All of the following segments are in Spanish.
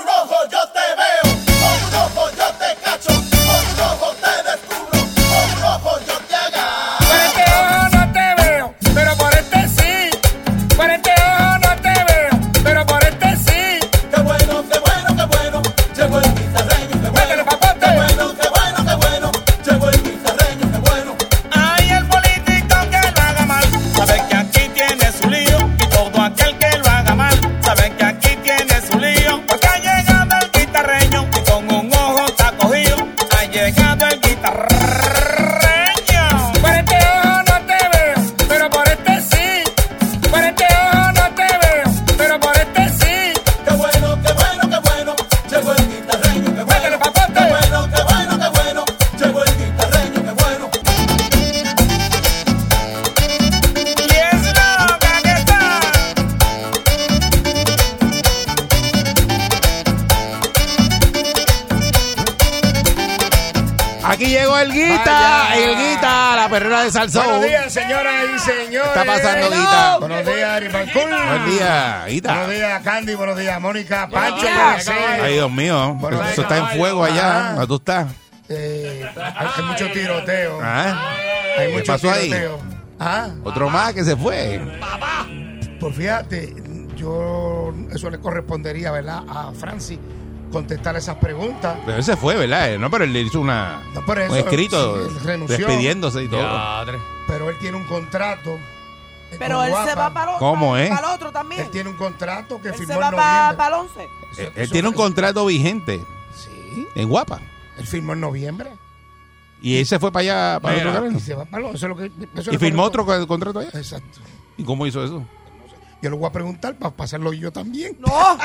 un ojo yo te veo, con un ojo yo te cacho, con un ojo te descubro, con un ojo yo te haga. Por este ojo no te veo, pero por este sí. Por este ojo no te veo, pero por este sí. Qué bueno, qué bueno, qué bueno, llegó el guitarreño, qué bueno, Métele, papote. qué bueno, qué bueno, qué bueno, llegó el guitarreño, qué bueno. Ay, el político que lo haga mal, sabe que aquí tiene su lío. Y todo aquel que lo haga mal, sabe que aquí tiene su lío. Porque ha llegado el guitarreño y con un ojo está cogido. Ha llegado el guitarreño. Por este ojo no te veo, pero por este sí. Por este ojo no te veo, pero por este sí. Qué bueno, qué bueno, qué bueno, llegó el guitarreño, qué bueno. Métele, papote. Qué bueno, qué bueno, qué bueno, llegó el guitarreño, qué bueno. Y es la loca que está. Aquí llegó el guita, Vaya. el guita, la perrera de Salsón. Buenos días, señoras y señores. está pasando, Guita? Buenos días, Ari Buen Falcón. día, Buenos guita. días, Candy. Buenos días, Mónica. Pancho, Ay, García. Dios mío, Buenos eso días, está en fuego allá. Ajá. ¿Dónde tú estás? Eh, hay hay mucho tiroteo. Ah, Hay ¿Qué mucho pasó ahí? tiroteo. Ah, Otro más que se fue. pues fíjate, yo eso le correspondería, ¿verdad? A Francis contestar esas preguntas. Pero él se fue, ¿verdad? Eh, No, pero él le hizo una, No, pero eso, un escrito sí, él renunció. despidiéndose y todo. Pero él tiene un contrato. eh, Pero con él se Guapa. va para, ¿Cómo eh? para, es? para el otro también. Él tiene un contrato que Él firmó se en va noviembre. para, el Eso- 11. Eh, Él, él eso- tiene un contrato vigente Sí, en Guapa. él firmó en noviembre. Y él se fue para allá, para otro Y terreno. se va para lo- eso es lo que- eso Y le firmó corresponde. otro co- contrato allá. Exacto. ¿Y cómo hizo eso? Yo lo voy a preguntar para pasarlo yo también. No,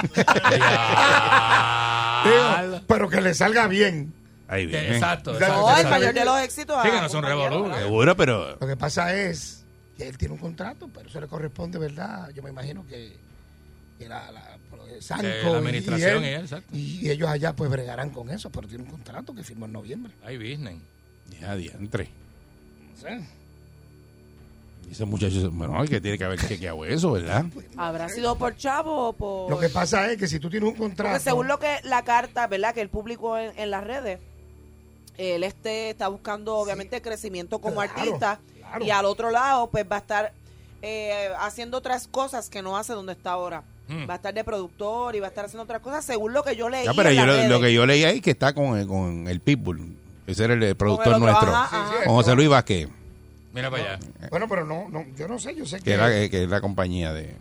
Digo, pero que le salga bien. Ahí Eh, viene. Exacto, exacto. no, Oh, el exacto. mayor de los éxitos. ah. Sí, a que no son compañero, revolú, ¿verdad? Seguro, pero Lo que pasa es que él tiene un contrato, pero eso le corresponde, ¿verdad? Yo me imagino que, que la, la- Sanco Que la y- administración y, y él, él, exacto. y ellos allá pues bregarán con eso, pero tiene un contrato que firmó en noviembre. Hay business. ya diantre. No sé. Y Ese muchacho, bueno, que tiene que haber chequeado eso, ¿verdad? Habrá sido por chavo o por. Lo que pasa es que si tú tienes un Porque contrato, según lo que la carta, ¿verdad? Que él publicó en, en las redes, él este está buscando obviamente crecimiento como Claro, artista claro. y al otro lado pues va a estar eh, haciendo otras cosas que no hace donde está ahora. Hmm. Va a estar de productor y va a estar haciendo otras cosas según lo que yo leí. Ya, pero en yo las lo, lo redes. que yo leí ahí que está con, el- con el Pitbull. Ese era el, eh, productor otro, nuestro. ajá, ajá. Con José Luis Vázquez, Mira para allá. bueno, pero no, no, yo no sé, yo sé que que, era, eh, que es la compañía de. eh,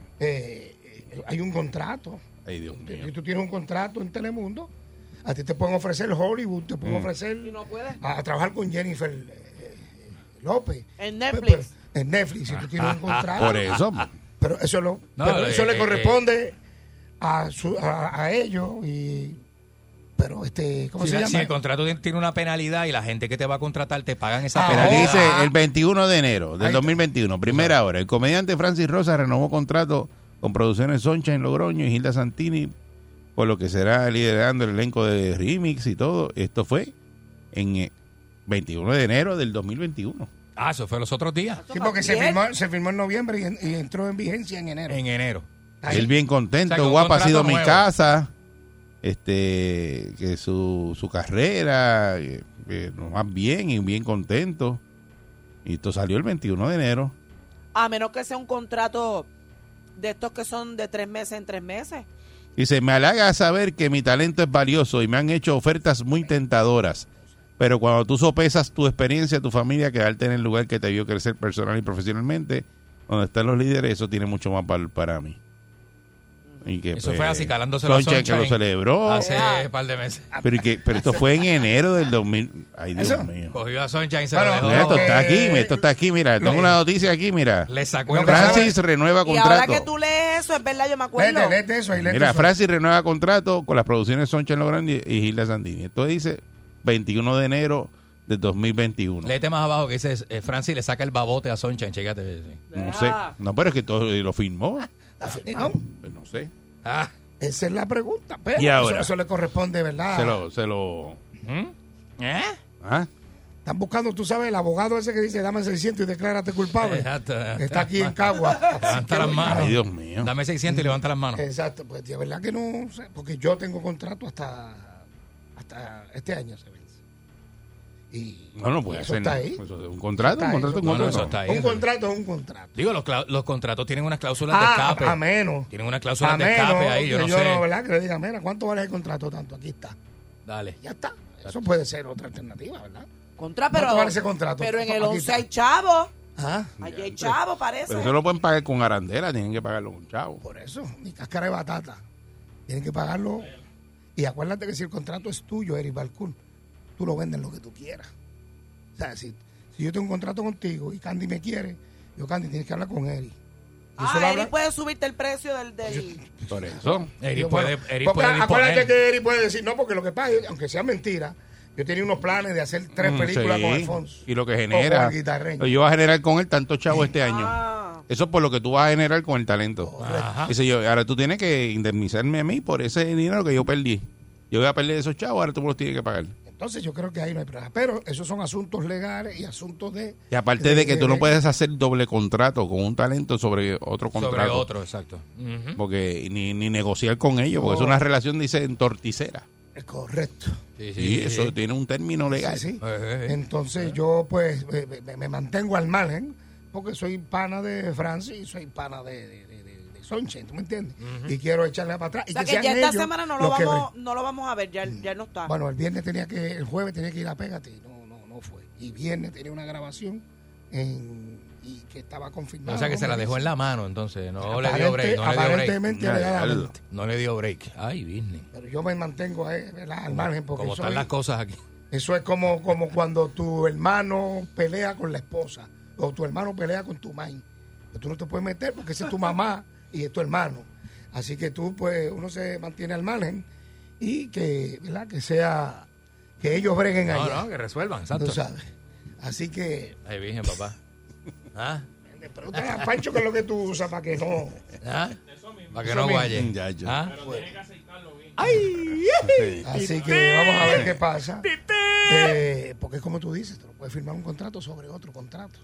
eh, hay un contrato. Ay, Dios mío. Si tú tienes un contrato en Telemundo, a ti te pueden ofrecer Hollywood, te Mm. pueden ofrecer Y no puede. a, a trabajar con Jennifer eh, eh, López. En Pe- Netflix. pero- en Netflix, si tú tienes un contrato. Por eso. Pero eso, lo, No, pero eso eh, le eh, corresponde a, su- a, a ellos. Y, pero, este, ¿cómo Si, se la- llama? si el contrato tiene- tiene una penalidad y la gente que te va a contratar te pagan esa Ah, Pero penalidad. aquí oh. dice el 21 de enero Ahí del está. 2021, primera hora. El comediante Francis Rosa renovó contrato con producciones Soncha en Logroño y Gilda Santini, por lo que será liderando el elenco de remix y todo. Esto fue en eh, 21 de enero del 2021. Ah, eso fue los otros días. Sí, porque se Bien. firmó, se firmó en noviembre y, en- y entró en vigencia en enero. En enero. Ahí. Él bien contento, O sea, con guapa ha contrato sido mi nuevo. casa, este, que su, su carrera, eh, eh, nos va bien y bien contento. Y esto salió el 21 de enero. A menos que sea un contrato de estos que son de tres meses en tres meses. Dice, me halaga saber que mi talento es valioso y me han hecho ofertas muy tentadoras. Pero cuando tú sopesas tu experiencia, tu familia, quedarte en el lugar que te vio crecer personal y profesionalmente, donde están los líderes, eso tiene mucho más valor para mí. Y que, Eso pues, fue así calándose la Soncha que Soncha lo en- celebró. Ah, Hace un par de meses. Pero, que- pero esto fue en enero del 2000. Ay, Dios Eso. mío. Cogió a Soncha y se Bueno, lo Mira, dejó. esto está Eh, aquí, mira, esto está aquí, mira. Tengo lo- una noticia aquí, mira. Le sacó el Lo que sabe- Francis Ah, renueva Y ahora que contrato. tú lees eso, es verdad, yo me acuerdo. Léete, léete eso ahí, léete Mira, eso. Francis renueva contrato con las producciones Soncha en lo Grande y Gilda Sandini. Esto dice 21 de enero de 2021. Léete más abajo que dice eh, Francis le saca el babote a Soncha. Chécate. sí. No sé. Ah. No, pero es que todo lo firmó. Ah, No, Pues no sé. Ah, esa es la pregunta. Pero Y ahora. Eso, eso le corresponde, ¿verdad? Se lo. Se lo ¿Mm? ¿Eh? ¿ah? Están buscando, tú sabes, el abogado ese que dice, dame 600 y declárate culpable. Exacto. Está aquí en Cagua. Levanta las Ah. manos. Ay, Dios mío. Dame 600 y levanta las manos. Exacto, pues de verdad que no sé, porque yo tengo contrato hasta, hasta este año se vence. Y No, no puede eso ser. está nada. ahí. Eso es Un contrato, Está un ahí, contrato, eso un No, no, contrato. eso está ahí. Un contrato es un contrato. Digo, los, cla- los contratos tienen unas cláusulas de Ah, escape. a menos. Tienen unas A cláusulas de menos escape ahí, yo que no yo, sé. ¿verdad? Que le diga, mira, ¿cuánto vale el contrato tanto? Aquí está. Dale. Ya está. Eso puede ser otra alternativa, ¿verdad? Contra, pero, ¿Cuánto vale ese contrato? pero en el Aquí 11 está. hay chavo. Ah, Allí hay chavo, parece. Pero eso lo pueden pagar con arandela, tienen que pagarlo con chavo. por eso, ni cáscara de batata. Tienen que pagarlo. Y acuérdate que si el contrato es tuyo, Eric Balcour, tú lo vendes lo que tú quieras. O sea, si, si yo tengo un contrato contigo y Candy me quiere, yo, Candy, tienes que hablar con Eric. Y ah, solo Eric habla- puede subirte el precio del... del... Por eso. Eric Digo, puede, bueno, Eric porque puede acuérdate disponer. que Eric puede decir, no, porque lo que pasa es, aunque sea mentira, yo tenía unos planes de hacer tres Mm, películas sí. con Alfonso. Y lo que O genera. con el guitarreño. lo que yo voy a generar con él tanto chavo este año. Ah, Eso es por lo que tú vas a generar con el talento. Ajá. Dice yo, ahora tú tienes que indemnizarme a mí por ese dinero que yo perdí. Yo voy a perder esos chavos, ahora tú me los tienes que pagar. Entonces yo creo que ahí no hay problema. Pero esos son asuntos legales y asuntos de... Y aparte de que tú no puedes hacer doble contrato con un talento sobre otro contrato. Sobre otro, exacto. Ujú. Oh. Porque ni, ni negociar con ellos, porque es una relación, dice, entorticera. Es correcto. Sí, y eso tiene un término legal. Sí, sí. Eh, eh. Entonces yo pues me, me- me mantengo al margen porque soy pana de Francis y soy pana de, de, de- de- de Sunshine, ¿tú me entiendes? Y quiero echarle para atrás. o Y sea que que sean ya esta ellos semana no lo, los que vamos, no lo vamos a ver, ya, ya no está. Bueno, el viernes tenía que, el jueves tenía que ir a Pégate, y no, no, no fue. Y viernes tenía una grabación en- y que estaba confirmada. O sea que ¿no? se la Me dejó en dice. la mano, entonces. No le dio Aparente- break. No le dio break. aparentemente Dale, legalmente. dale. No le dio break. Ay, Disney. Pero yo me mantengo ahí, ¿verdad? al margen porque Como eso, están es, las cosas aquí. eso es como, como cuando tu hermano pelea con la esposa o tu hermano pelea con tu mãe. Pero Tú no te puedes meter porque esa es tu mamá y es tu hermano. Así que tú, pues, uno se mantiene al margen y que, ¿verdad? Que sea, que ellos breguen No, allá. no, que resuelvan, Tú exacto. sabes. Así que Ay, virgen, papá. ¿Ah? le preguntan a Pancho qué es lo que tú usas para que no. ¿Ah? Para que Eso no mismo. guaye. Ya, ya. ¿Ah? Así que vamos a ver qué pasa. Eh, porque es como tú dices, tú no puedes firmar un contrato sobre otro contrato.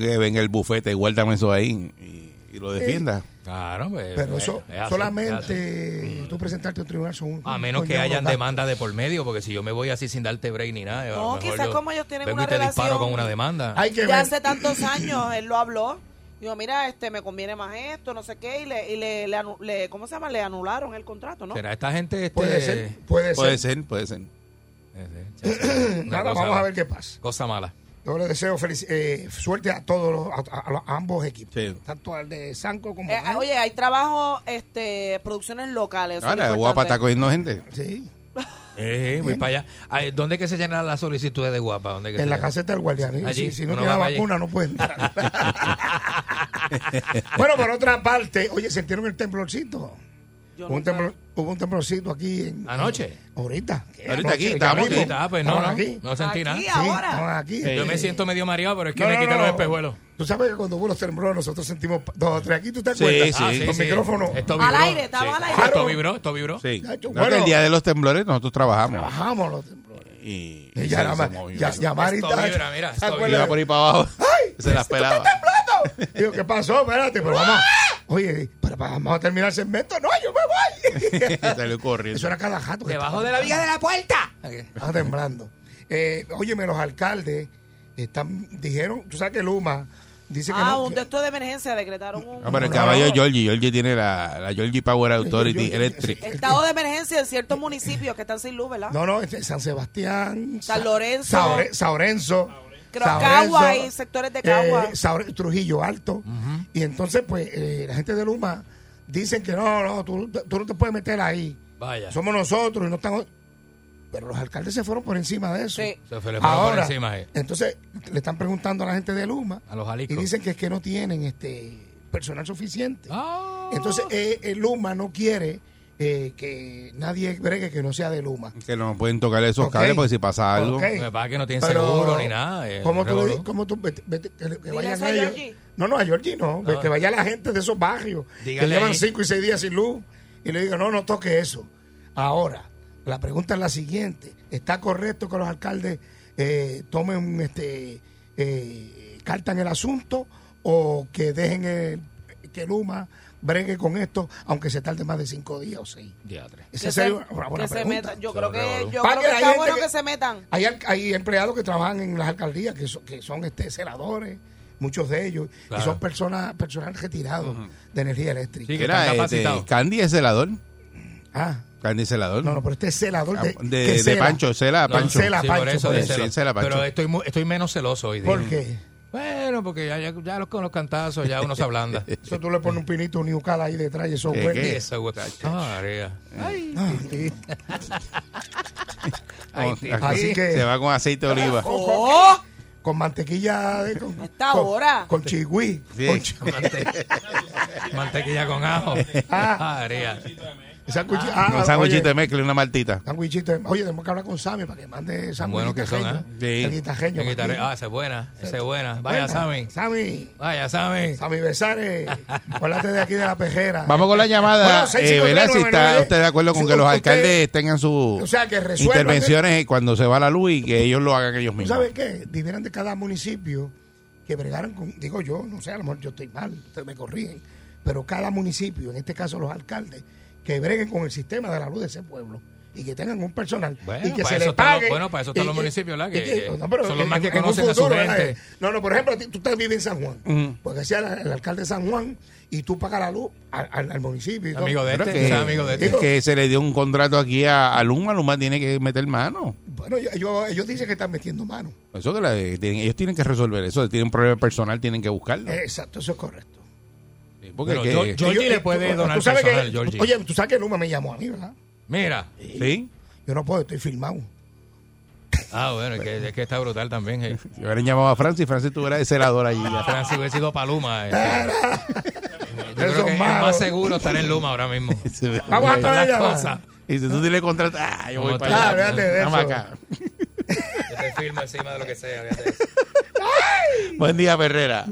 Que venga el bufete, guárdame eso ahí y, y lo defienda. Claro, pues, Pero pues, eso es así, es así. solamente tú presentarte a un tribunal son un- A menos son que ya hayan unos demanda de por medio, porque si yo me voy así sin darte break ni nada. a lo No, mejor quizás yo como ellos tienen vengo una y te disparo relación- Ah, con una demanda. gastos. Hay que ya ver. hace tantos años él lo habló. Digo, mira, este me conviene más esto, no sé qué, y le, y le, le anu- le- ¿cómo se llama? Le anularon el contrato, ¿no? ¿Será esta gente? Este... Puede ser, puede Puede ser. ser, puede ser. Eh, sí, sí, una Nada, cosa- vamos a ver qué pasa. Cosa mala. Yo le deseo felici- eh, suerte a todos los, a, a- a los- a ambos equipos. Sí. Tanto al de Sanco como Eh, a él. oye, hay trabajo, este, producciones locales. eso es Ahora, lo Ah, guapa está importante. cogiendo gente. Sí. Eh, voy para allá. Ay, ¿Dónde es que se llenan las solicitudes de guapa? ¿Dónde es que se En la llenan? caseta del guardián. ¿eh? Allí, si, si no uno tiene la va allí. vacuna, no puede entrar. bueno, por otra parte, oye, ¿sentieron el temblorcito? Yo Hubo un, nunca- temblor- hubo un temblorcito aquí. en- ¿Anoche? Ahorita. ¿Qué? Ahorita aquí, Anoche, estábamos ya mismo. aquí. Ah, pues no, Estaban no, aquí. no sentí nada. Aquí, Sí, ahora. estaban aquí. Yo me Eh, siento medio mareado, pero es que no, me no, quité no. los espejuelos. Tú sabes que cuando hubo los temblores, nosotros sentimos dos o tres aquí. ¿Tú te Sí, acuerdas? sí. Con micrófono. Ah, Esto Al vibró. Ah, aire, estaba al aire. Esto vibró, esto vibró. Sí. Chacho, No, bueno. que el día de los temblores nosotros trabajamos. Bajamos los temblores. Y, Y y ya, se- se nada más, movió. ya, ya Mari Esto está- vibra, mira, ¿te esto acuerdas? Iba por ahí para abajo. ¡Ay! se las pelaba. Digo, ¿qué pasó? Espérate, pero vamos. ¡Ah! Oye, pero vamos a terminar el segmento. No, yo me voy. Salió corriendo. Eso era cada jato. que Debajo estaba- de la viga de la puerta. Estaba temblando. Eh, óyeme, los alcaldes están, dijeron, tú sabes que Luma dice que Ah, no. un que- texto de emergencia decretaron un Ah, pero el No, caballo no. de Georgie. Georgie tiene la, la Georgie Power Authority Georgie- Electric. estado de emergencia en ciertos municipios que están sin luz, ¿verdad? No, no, este, San Sebastián. San Sa- Lorenzo. Saure- Saurenzo. Creo que Cagua y sectores de Cagua. eh, Saure- Trujillo Alto. Y entonces, pues, eh, la gente de Luma dicen que no, no, tú, tú no te puedes meter ahí. Vaya. Somos nosotros y no estamos. Pero los alcaldes se fueron por encima de eso. Sí. Se fue le fueron por Ahora, encima. eh. entonces le están preguntando a la gente de Luma A los Jalisco. y dicen que es que no tienen este personal suficiente. Ah. Entonces eh, eh, Luma no quiere eh, que nadie bregue que no sea de Luma. Que no pueden tocar esos Ok. cables porque si pasa algo. Ok. Lo que pasa es que no tienen Pero, seguro ni nada. eh, ¿Cómo tú, revolú. le di- cómo tú vete- vete- que, que vayan eso a ellos? Georgie. No, no, a Georgie no. No. Que vaya la gente de esos barrios Ah. Dígale que llevan ahí. cinco y seis días sin luz y le digo, no, no toque eso. Ahora, la pregunta es la siguiente. ¿Está correcto que los alcaldes eh, tomen este, eh, carta en el asunto o que dejen el- que Luma bregue con esto, aunque se tarde más de cinco días o seis. Diatre. Esa Que se, sería una buena que se pregunta. metan. Yo Se creo lo revolú. que, yo Pa' creo que que la está gente bueno que- que se metan. Hay, al- hay empleados que trabajan en las alcaldías que, son- que son este, celadores, muchos de ellos, Claro. y son personas personal retirado de energía eléctrica. Sí, que Era, está este, capacitado. Candy es celador. Ah, Candy es celador. no, no, pero este es celador Ah, de, de, que de cela. Pancho, cela, No, Pancho. cela. sí, Pancho, por eso por de eso. celo. Sí, cela, Pancho. Pero estoy, mu- estoy menos celoso hoy día. ¿Por qué? Bueno, porque ya, ya, ya los- con los cantazos ya uno se ablanda. Eso tú le pones un pinito, un yucal ahí detrás y eso ¿Qué, huele. Ah, qué? Esa hue- Ah, María. Con- Así que- Se va con aceite de oliva. ¡Oh! Con mantequilla de. Con, Esta con- hora. Con chigüí. Sí. Con chi- Mante- mantequilla con ajo. Ah. María. sanguichi- ah, Un sándwichito oye, de mezcla y una maltita. sanguichito de- Oye, tenemos que hablar con Sammy para que mande buenos sanguichito. que son, ¿eh? Sí. El guitarreño. El guitarre- Ah, esa es buena. Esa es buena. Vaya, Sammy. Sammy. Vaya, Sammy. Sammy Besares. Acuérdate de aquí de la pejera. Vamos con la llamada. Bueno, seis, eh, cinco, ¿verdad? tres, Si nueve, está nueve. usted de acuerdo con Sí, que los usted- alcaldes tengan sus O sea, que resuelvan. intervenciones eh, cuando se va la luz y que ellos lo hagan ellos ¿Tú mismos. sabes qué? Debieran de cada municipio que bregaran con, digo yo, no sé, a lo mejor yo estoy mal, ustedes me corrigen, pero cada municipio, en este caso los alcaldes, que breguen con el sistema de la luz de ese pueblo y que tengan un personal Bueno, y que para se eso le están los- pague. bueno, para eso están y los que- municipios, ¿verdad? y Que- que son los más que en- en un conocen a su ¿verdad? gente. No, no, por ejemplo, a ti- tú estás vives en San Juan, porque sea el, el alcalde de San Juan y tú pagas la luz al, al- al municipio. y todo. Amigo de Pero este. que- o sea, amigo de es este. que se le dio un contrato aquí a, a Luma. Luma tiene que meter mano. Bueno, yo- yo- ellos dicen que están metiendo mano. Eso que la- tienen- ellos tienen que resolver eso. Tienen un problema personal, tienen que buscarlo. Eh, Exacto, eso es correcto. Sí, porque Pero que- yo- yo- Georgie Ellos- le puede tú- donar tú sabes personal, que- Georgie. Oye, tú sabes que Luma me llamó a mí, ¿verdad? Mira. sí, Yo no puedo, estoy filmado. Ah, bueno, es que, es que está brutal también. eh. yo hubiera llamado a Francis. Francis tuviera de celador ahí. ya. Francis hubiera sido Paluma. eh. Yo creo Eso que es es malo. más seguro estar en Luma ahora mismo. Vamos a Las tomar la cosas. cosa. Y si tú tienes contrato, ah, yo voy No, para Ah, allá. fíjate de Vamos eso. acá. Yo te firmo encima de lo que sea. Buen día, Herrera.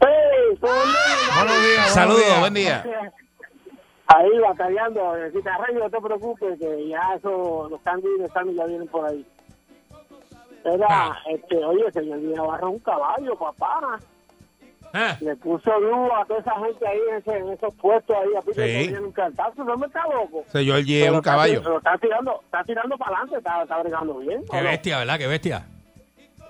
Hey, todo bien. Buenos días. Saludos, buenos buen días. día. Ahí batallando, eh, guitarreño, no te preocupes, que ya eso, los cambios de Sammy ya vienen por ahí. Era, Ah. este, oye, señor Díaz Navarro, un caballo, papá. Ah. Le puso luz a toda esa gente ahí en, ese- en esos puestos ahí, a pique Sí. que un cantazo, no me está loco. Se yo llegué Pero un está- caballo. pero está tirando, está tirando para adelante, está, está bregando bien. ¿o Qué no? bestia, ¿verdad? Qué bestia.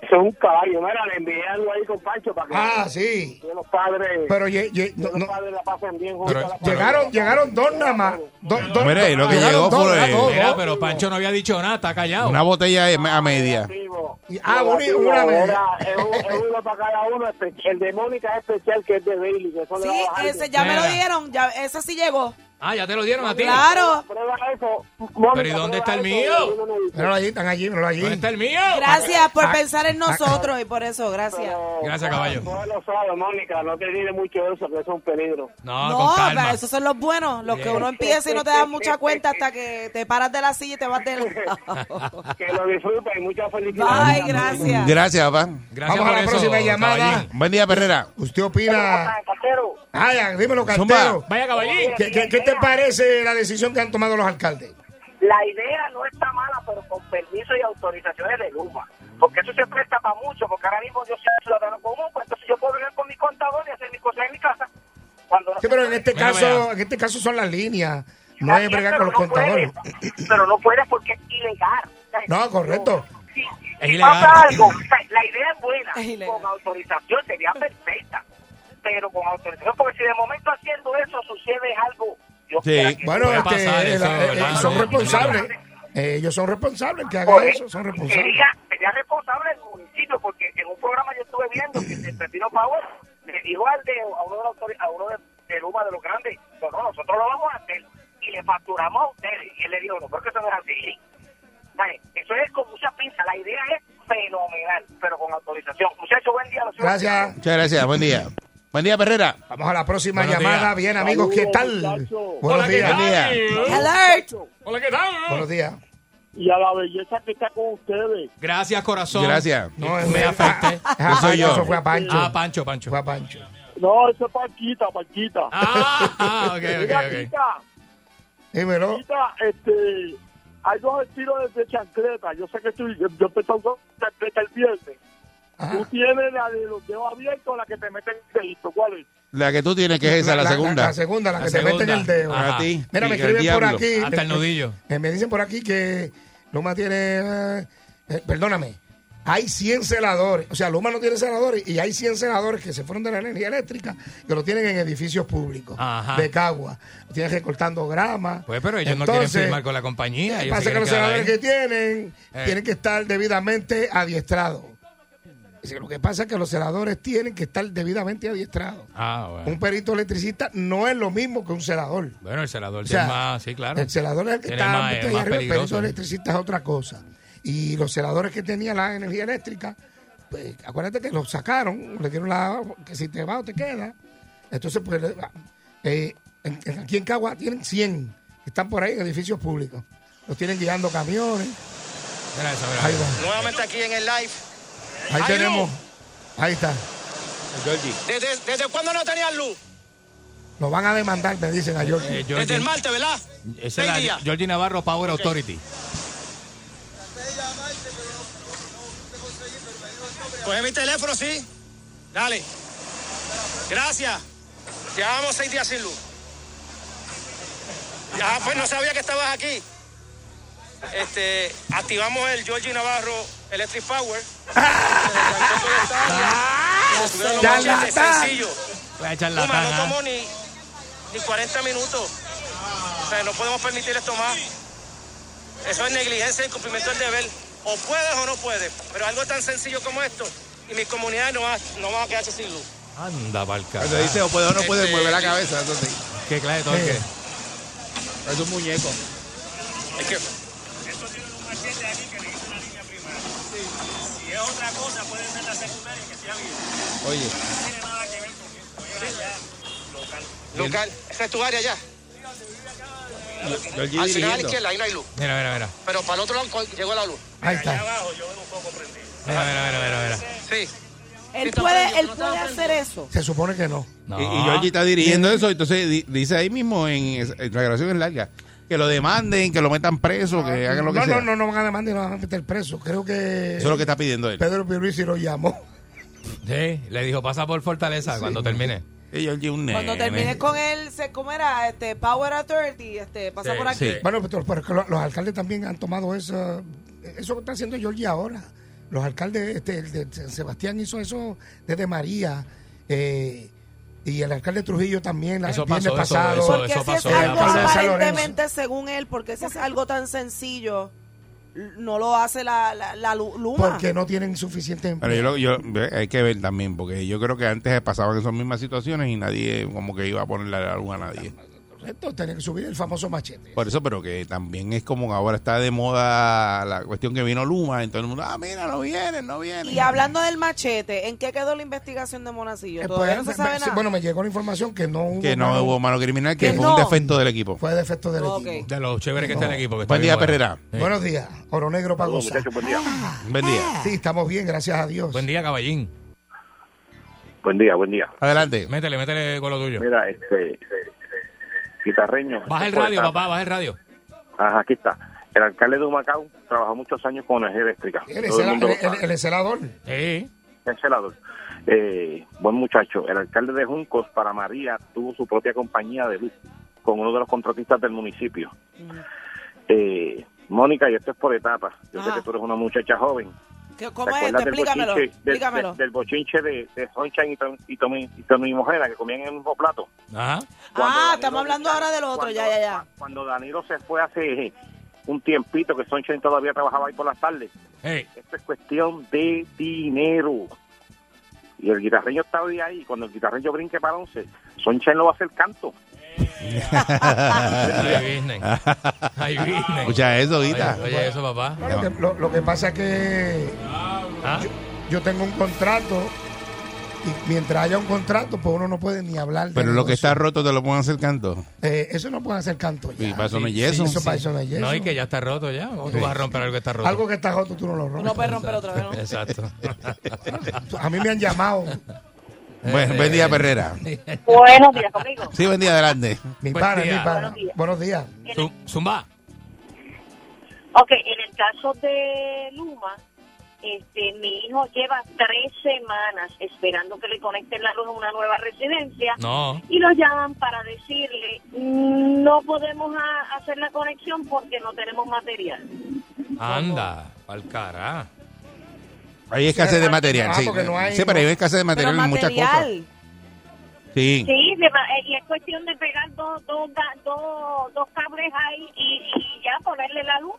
Eso es un caballo, mira, le envié algo ahí con Pancho para que, Ah, sí. que los padres, Pero ye- ye- que no- los no, padres la pasen bien. junto Pero- a la familia. llegaron, llegaron dos nada más. Do- do- Mira, y lo que llegaron llegó dos, fue- ¿verdad? Dos, Mira, dos. pero Pancho no había dicho nada, está callado. Una botella de- a media. Negativo. Y- ah, Negativo, una- una era- media. Es un- es uno para cada uno. espe- El de Mónica es especial, que es de Bailey. Que eso le va Sí, a bajar. ese ya me lo Mira. dieron. Ya, ese sí llegó. Ah, ya te lo dieron a ti. Claro. Prueba eso. Mónica, Pero ¿y dónde está prueba el eso, mío? y uno me dice, Míralo allí, están allí, míralo allí. ¿Dónde está el mío? Gracias por ah, pensar en nosotros y por eso, gracias. pero- Gracias, caballo. No lo sabes, Mónica. No te diré mucho eso, que eso es un peligro. No, No, con pero calma. esos son los buenos, los que Bien. uno empieza y no te das mucha cuenta hasta que te paras de la silla y te vas del lado. Que lo disfrutes y mucha felicidad. Bye, gracias. Gracias, papá. Vamos Gracias a por la eso, próxima llamada. caballín. Buen día, Herrera. ¿Usted opina? Vaquero, Ah, ya, dímelo, Zumba. cartero. Vaya, caballín. ¿Qué, qué, qué te parece la decisión que han tomado los alcaldes? La idea no está mala, pero con permiso y autorizaciones de Luma. Porque eso se presta para mucho, porque ahora mismo yo soy ciudadano común, pues entonces yo puedo venir con mi contador y hacer mis cosas en mi casa. Cuando no Sí, pero en este Mira, caso, vaya. en este caso son las líneas, no Está es bien, bregar pero con los no puedes. contadores. pero no puedes porque es ilegal. O sea, No, correcto. Si, Es si ilegal. pasa algo, o sea, la idea es buena, Es ilegal. con autorización sería perfecta. Pero con autorización, porque si de momento haciendo eso sucede algo, yo Sí, quiera que Bueno, Puede este, pasar eso, la- eh, ¿verdad? son No, responsables. Eh, ellos son responsables. El que haga Por eso, eso, son responsables. sería, sería responsable el municipio, porque en un programa yo estuve viendo que el Pepino Power le dijo al de, a uno de los autori- a uno de, de Luma de los grandes, no, no, nosotros lo vamos a hacer y le facturamos a ustedes. Y él le dijo, no, porque eso no es así. ¿Sabe? Eso es con mucha pinza. La idea es fenomenal, pero con autorización. Muchachos, buen día. los sigo Gracias. Muchas gracias, buen día. Buen día, Herrera. Vamos a la próxima Buenos llamada. días. Bien, amigos, ¿qué tal? Buenos ¿qué días. tal? Alert. Hola, ¿qué Buenos tal? días. Y a la belleza que está con ustedes. Gracias, corazón. Gracias. No, es- me afecté. Ah, ah, soy yo. Eso fue a Pancho. Ah, Pancho, Pancho. Fue a Pancho. No, eso es Paquita, Paquita. Ah, ok, ok, ok. Dímelo. Mira, este, hay dos estilos de, de chancleta. Yo sé que tú, yo, yo empecé a usar chancleta el viernes. Tú Ajá. tienes la de los dedos abiertos, la que te meten el dedito. ¿Cuál es? La que tú tienes, que es esa, la, segunda. La, segunda, la La que se mete en segunda. el dedo. Ajá. A ti. Mira, me y el escriben por diablo. aquí. Hasta el nudillo. Eh, me dicen por aquí que Luma tiene. eh, eh, perdóname. Hay 100 celadores. O sea, Luma no tiene celadores y hay 100 celadores que se fueron de la energía eléctrica que lo tienen en edificios públicos. Ajá. De Cagua. Lo tienen recortando grama. Pues, pero ellos no Entonces, quieren firmar con la compañía. Ellos se Pasa que quieren los quedar senadores ahí. que tienen Eh. tienen que estar debidamente adiestrados. Es decir, Lo que pasa es que los senadores tienen que estar debidamente adiestrados. Ah, Un bueno. perito electricista no es lo mismo que un senador. Bueno, el celador O tiene sea, más, sí, claro. El celador es el que Tiene está más, metido es ahí más arriba, el perito peligroso. electricista es otra cosa. Y los celadores que tenía la energía eléctrica, pues acuérdate que los sacaron, le dieron la que si te va o te queda. Entonces, pues le- eh, en- en- aquí en Cagua tienen 100 que están por ahí en edificios públicos. Los tienen guiando camiones. Mira eso, mira Ahí eso. va. Nuevamente aquí en el live. Ahí Ay, tenemos. no. Ahí está. ¿Desde, desde cuándo no tenías luz? Nos van a demandar, me dicen a Georgie. Eh, Desde el Georgie, martes, ¿verdad? esa es la Seis días. Georgie Navarro Power Authority. Coge mi teléfono, sí. Dale. Gracias. Llevamos seis días sin luz. Ya, pues no sabía que estabas aquí. Este, activamos el Georgie Navarro Electric Power. Desde Ya los machetes, la- sencillo. Voy a echar la Puma, no tana. tomó ni, ni 40 minutos. O sea, no podemos permitir esto más. Eso es negligencia y cumplimiento del deber. O puedes o no puedes. Pero algo tan sencillo como esto. Y mi comunidad no va, no va a quedarse sin luz. Anda, barca. Cuando dice o puede o no puede, Este- mueve la cabeza. Entonces, Qué clave de toque. es un muñeco. Es que Oye, local, esa es tu área ya. Georgie Al final a la dirigiendo. izquierda ahí no hay luz. Mira, mira, mira. Pero para el otro lado co- llegó la luz. Ahí está. Mira, mira, mira, mira, mira. Sí. Él Listo, puede, Fernando, él no te puede hagas hacer eso. Se supone que no. No. Y, y Georgie está dirigiendo eso, entonces di- dice ahí mismo en, es- en la grabación es larga, que lo demanden, que lo metan preso, que hagan lo que no, sea. no, no, no van a demandar y no van a meter preso. Creo que Eso es lo que está pidiendo él. Pedro Pierluisi lo llamó. Sí, le dijo, pasa por Fortaleza cuando termine. Y Georgie un nene. Cuando termines con él, se comerá este Power Authority, este, pasa Sí, por aquí. sí. Bueno, pero, pero es que lo- los alcaldes también han tomado eso, eso que está haciendo Georgie ahora. Los alcaldes, este, el de San Sebastián hizo eso desde María, eh, y el alcalde Trujillo también, la- Eso el viernes pasó, eso- pasado. eso- Porque si es pasó. algo El alcalde de San Lorenzo. aparentemente, según él, porque si es algo tan sencillo, no lo hace la, la, la Lu- Luma. porque no tienen suficiente Pero empleo. yo, lo- yo- ve, hay que ver también, porque yo creo que antes pasaban esas mismas situaciones y nadie como que iba a ponerle la luz a nadie. Entonces tienen que subir el famoso machete. Por eso, pero que también es como que ahora está de moda la cuestión que vino Luma, y todo el mundo, ah, mira, no viene, no viene. Y hablando del machete, ¿en qué quedó la investigación de Monacillo? Eh, Todavía no pues, se me- sabe sí, nada. Bueno, me llegó la información que no hubo. que no mano- hubo mano criminal, que Que fue no. un defecto del equipo. Pues, Fue defecto del Ok. equipo. De los chéveres que está el equipo. Que está Buen día, bien bueno. Perrera. Sí. Buenos días, Oro Negro para gozar. Buen día. Sí, estamos bien, gracias a Dios. Buen día, caballín. Buen día, buen día. Adelante. Métele, métele con lo tuyo. Mira, este. Guitarreño. Baja el Por radio, acá. papá, baja el radio. Ajá, aquí está. El alcalde de Humacao trabajó muchos años con energía eléctrica. Él es Todo el el, mundo lo él- él- sabe. él es celador. Sí. Es celador. Eh, buen muchacho. El alcalde de Juncos, para María, tuvo su propia compañía de luz con uno de los contratistas del municipio. Mm. Eh, Mónica, y esto es por etapas. Yo Ajá. sé que tú eres una muchacha joven. ¿Te ¿Qué- Ah. ¿Cómo es esto? acuerdas del Explícamelo. bochinche- del- Explícamelo. del- del bochinche de, de Sunshine y Tom- y Tommy y Tommy Mojera que comían en el mismo plato? Ajá. Cuando Ah, Danilo- estamos hablando ahora del otro, ya, ya, ya. Cuando Danilo se fue hace un tiempito, que Sonchen todavía trabajaba ahí por las tardes, Hey. esto es cuestión de dinero. Y el guitarreño estaba de ahí, cuando el guitarreño brinque para 11, Sonchen lo va a hacer canto. Ay, business. Ay, business. Ah, Escucha eso, Guita. Oye, oye, eso, papá. No, lo, que, lo- lo que pasa es que Ah, yo tengo un contrato y mientras haya un contrato, pues uno no puede ni hablar. de Pero lo que negocio. está roto te lo pueden hacer canto. Eh, eso no puede hacer canto ya. Y para eso no es sí, yeso. Eso para eso no es yeso. No, y que ya está roto ya. ¿Cómo tú Sí. vas a romper algo que está roto? Algo que está roto tú no lo rompes. No puedes romper otra vez, ¿no? Exacto. A mí me han llamado. Buen, buen día, Perrera. Buenos días, conmigo. Sí, buen día, adelante. Mi Buen padre, día. mi padre. Buenos días. Zum- Zumba. Ok, en el caso de Luma, este, mi hijo lleva tres semanas esperando que le conecten la luz a una nueva residencia No. y lo llaman para decirle no podemos a- hacer la conexión porque no tenemos material. Anda, al cara. Hay escasez de material, Ah, sí. porque no hay- sí, pero hay escasez de Pero material en muchas cosas. Sí. Sí, de ma- eh, y es cuestión de pegar dos, dos, ga- dos, dos cables ahí y, y ya ponerle la luz.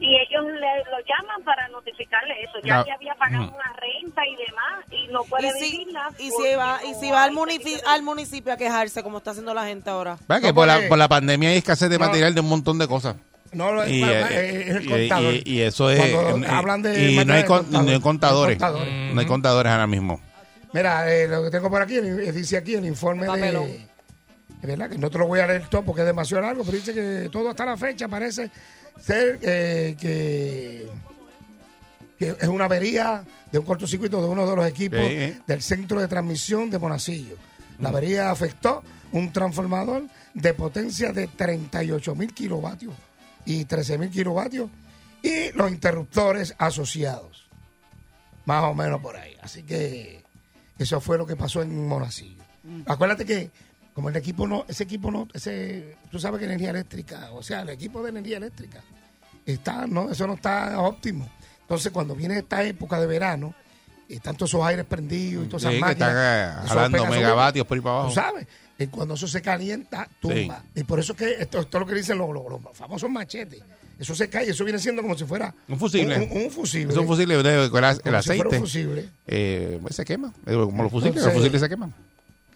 Y ellos le- lo llaman para notificarle eso. Ya No. que había pagado Mm. una renta y demás y no puede Y si, vivirla porque y si va, y no si va al, hay munici- al municipio a quejarse, como está haciendo la gente ahora. Va, que por, la, por la pandemia hay escasez de material de un montón de cosas. No, lo- y, va- va- eh, es el y- contador. y- y eso es. Cuando eh, hablan de y no material hay, de con- contador. no hay contadores. Hay contadores. No hay contadores ahora mismo. Mira, eh, lo que tengo por aquí, el- dice aquí el informe de... ¿verdad? Que no te lo voy a leer todo porque es demasiado largo, pero dice que todo hasta la fecha parece ser eh, que, que es una avería de un cortocircuito de uno de los equipos Sí. del centro de transmisión de Monacillo. La avería afectó un transformador de potencia de 38 mil kilovatios y 13 mil kilovatios y los interruptores asociados. Más o menos por ahí. Así que eso fue lo que pasó en Monacillo. Acuérdate que como el equipo no, ese equipo no, ese, tú sabes que energía eléctrica, o sea, el equipo de energía eléctrica está, no, eso no está óptimo. Entonces cuando viene esta época de verano, y tanto esos aires prendidos y todas Sí, esas que máquinas, están eh, eso jalando pega su- megavatios por ahí para abajo. Tú sabes, que cuando eso se calienta, tumba. Y por eso es que esto, esto es lo que dicen los, los- los famosos machetes. Eso se cae, eso viene siendo como si fuera Un fusible. Un, un- un fusible. Es un fusible. usted, con la- el Como si fuera aceite. un fusible. eh, pues se quema. Eh, Como los fusibles, Entonces- los fusibles se queman.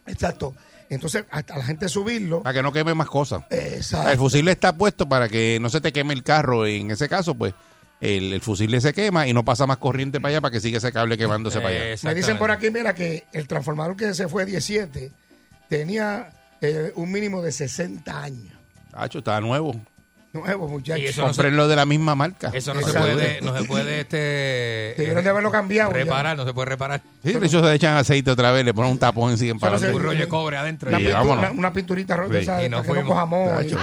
Exacto. Entonces, hasta la gente subirlo, eh, Para que no queme más cosas. Exacto. El fusible está puesto para que no se te queme el carro. En ese caso, pues, el, el fusible se quema y no pasa más corriente para allá para que siga ese cable quemándose para allá. me dicen por aquí, mira, que el transformador que se fue 17 tenía eh, un mínimo de 60 años. Tacho, está nuevo. Nuevo, muchachos. Comprenlo de la misma marca. Eso no se Exacto. puede, no se puede este. Debieron de haberlo cambiado ya. Reparar, no se puede reparar. Sí, de hecho, se echan aceite otra vez, le ponen un tapón y siguen para Solo se- adelante. un rollo de cobre adentro. Una, Y pintura- vámonos. una- una pinturita roja Sí. esa, Y no para que no fuimos. coja moho. y-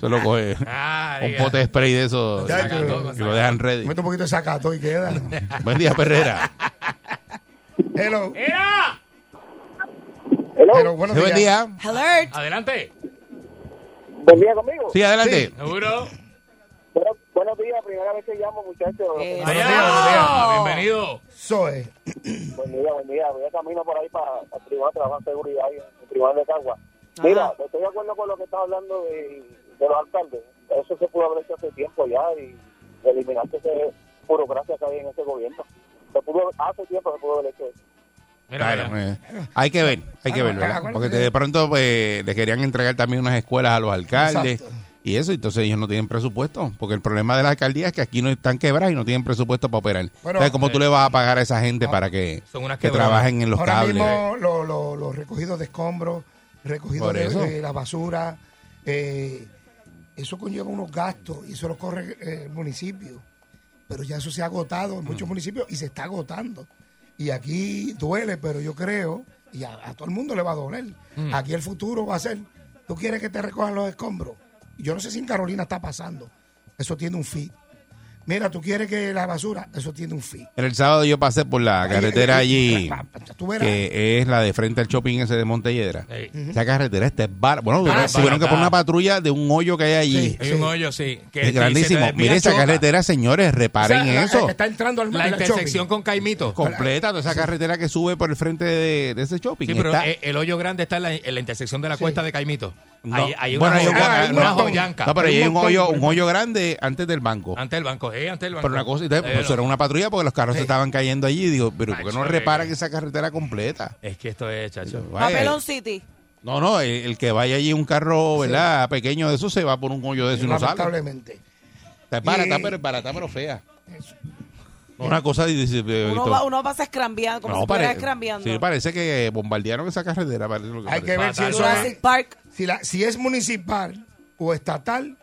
Se lo coge Ay, un pote de spray de eso Ya, que yo- lo dejan ready. Mete un poquito de sacato y queda. Buen día, Perrera. Hello. Hello. Hello, buenos Sí, buen días. día. Adelante. Buen día conmigo. Sí, adelante. Seguro. Bueno, buenos días, primera vez que llamo, muchachos. Buenos días, buenos días. Bienvenido. Soy. Buen día, buen día. Voy a camino por ahí para, para el tribunal de trabajo en seguridad, ahí, en el tribunal de Cagua. Mira, estoy de acuerdo con lo que estaba hablando de, de los alcaldes. Eso se pudo haber hecho hace tiempo ya y eliminar toda esa burocracia que hay en este gobierno. Se pudo, hace tiempo se pudo haber hecho eso. Claro, eh, hay que ver, hay Ah, que ver, ¿verdad? Porque de pronto pues, le querían entregar también unas escuelas a los alcaldes y eso, entonces ellos no tienen presupuesto, porque el problema de las alcaldías es que aquí no están quebradas y no tienen presupuesto para operar. Bueno, Entonces, ¿cómo tú eh, le vas a pagar a esa gente para que, son unas que quebradas. trabajen en los Ahora cables? mismo lo- lo- los recogidos de escombros, recogidos Por de, eso. de la basura, eh, eso conlleva unos gastos y eso lo corre eh, el municipio. Pero ya eso se ha agotado en Mm. muchos municipios y se está agotando. Y aquí duele, pero yo creo, y a, a todo el mundo le va a doler, Mm. aquí el futuro va a ser, tú quieres que te recojan los escombros. Yo no sé si en Carolina está pasando, eso tiene un fin. Mira, tú quieres que la basura, eso tiene un fin. El sábado yo pasé por la carretera allí, Tú verás. que es la de frente al shopping ese de Montelledra. Ujú. Esa carretera está es bar- Bueno, Ah, sí. tuvieron que poner una patrulla de un hoyo que hay allí. Hay un hoyo, sí. que Es si se grandísimo. te desvía, Mire esa choca. carretera, señores, reparen O sea, la- eso. está entrando al- La al intersección shopping. con Caimito. completa, toda esa carretera que sube por el frente de, de ese shopping. Sí, pero Está- e- el hoyo grande está en la, en la intersección de la cuesta de Caimito. No. Hay, hay Bueno, una, hay un- joyanca, ah, una no, joyanca. No, pero ahí hay un hoyo, un hoyo grande antes del banco. Ante el banco, eh, ante el banco. Pero una cosa, entonces, pues, Eh, no. era una patrulla porque los carros se estaban cayendo allí. Digo, pero ¿por qué Macho, no eh. reparan esa carretera completa? Es que esto es, chacho. Vaya, Papelón City. No, no, el, el que vaya allí un carro, ¿verdad? Pequeño de eso se va por un hoyo de eso y no sale. Lamentablemente. Está barata, Y- pero barata, pero fea. Una cosa y dice, eh, Uno esto- va, uno pasa escrambeando, como No, si estuviera pare- escrambeando. Sí, parece que eh, bombardearon esa carretera. parece lo que Hay que ver si parece. eso es, Si, la- si es municipal o estatal,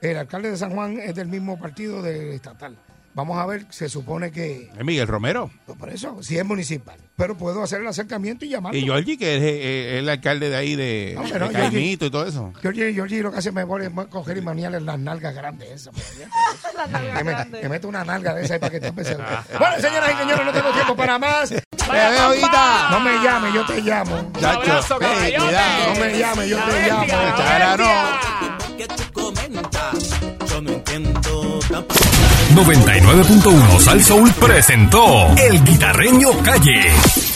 el alcalde de San Juan es del mismo partido del estatal. Vamos a ver, se supone que, pues, Es Miguel Romero. por eso, si es municipal. Pero puedo hacer el acercamiento y llamarlo. Y Georgie, que es eh, eh, el alcalde de ahí de, No, de pero Georgie- Caimito y todo eso. Georgie, Georgie lo que hace mejor es coger y maniarle las nalgas grandes esas. por allá. Que me, que mete una nalga de esa para que te empezando. Bueno, señoras y señores, no tengo tiempo para más. Vaya veo ahorita. No me llame, yo te llamo. Chacho, abrazo, ey, caballote. cuidado. No me llame, yo te La llamo. bestia, la Que tú comentas, yo no entiendo tampoco. 99.1 Sal Soul presentó El Guitarreño Calle.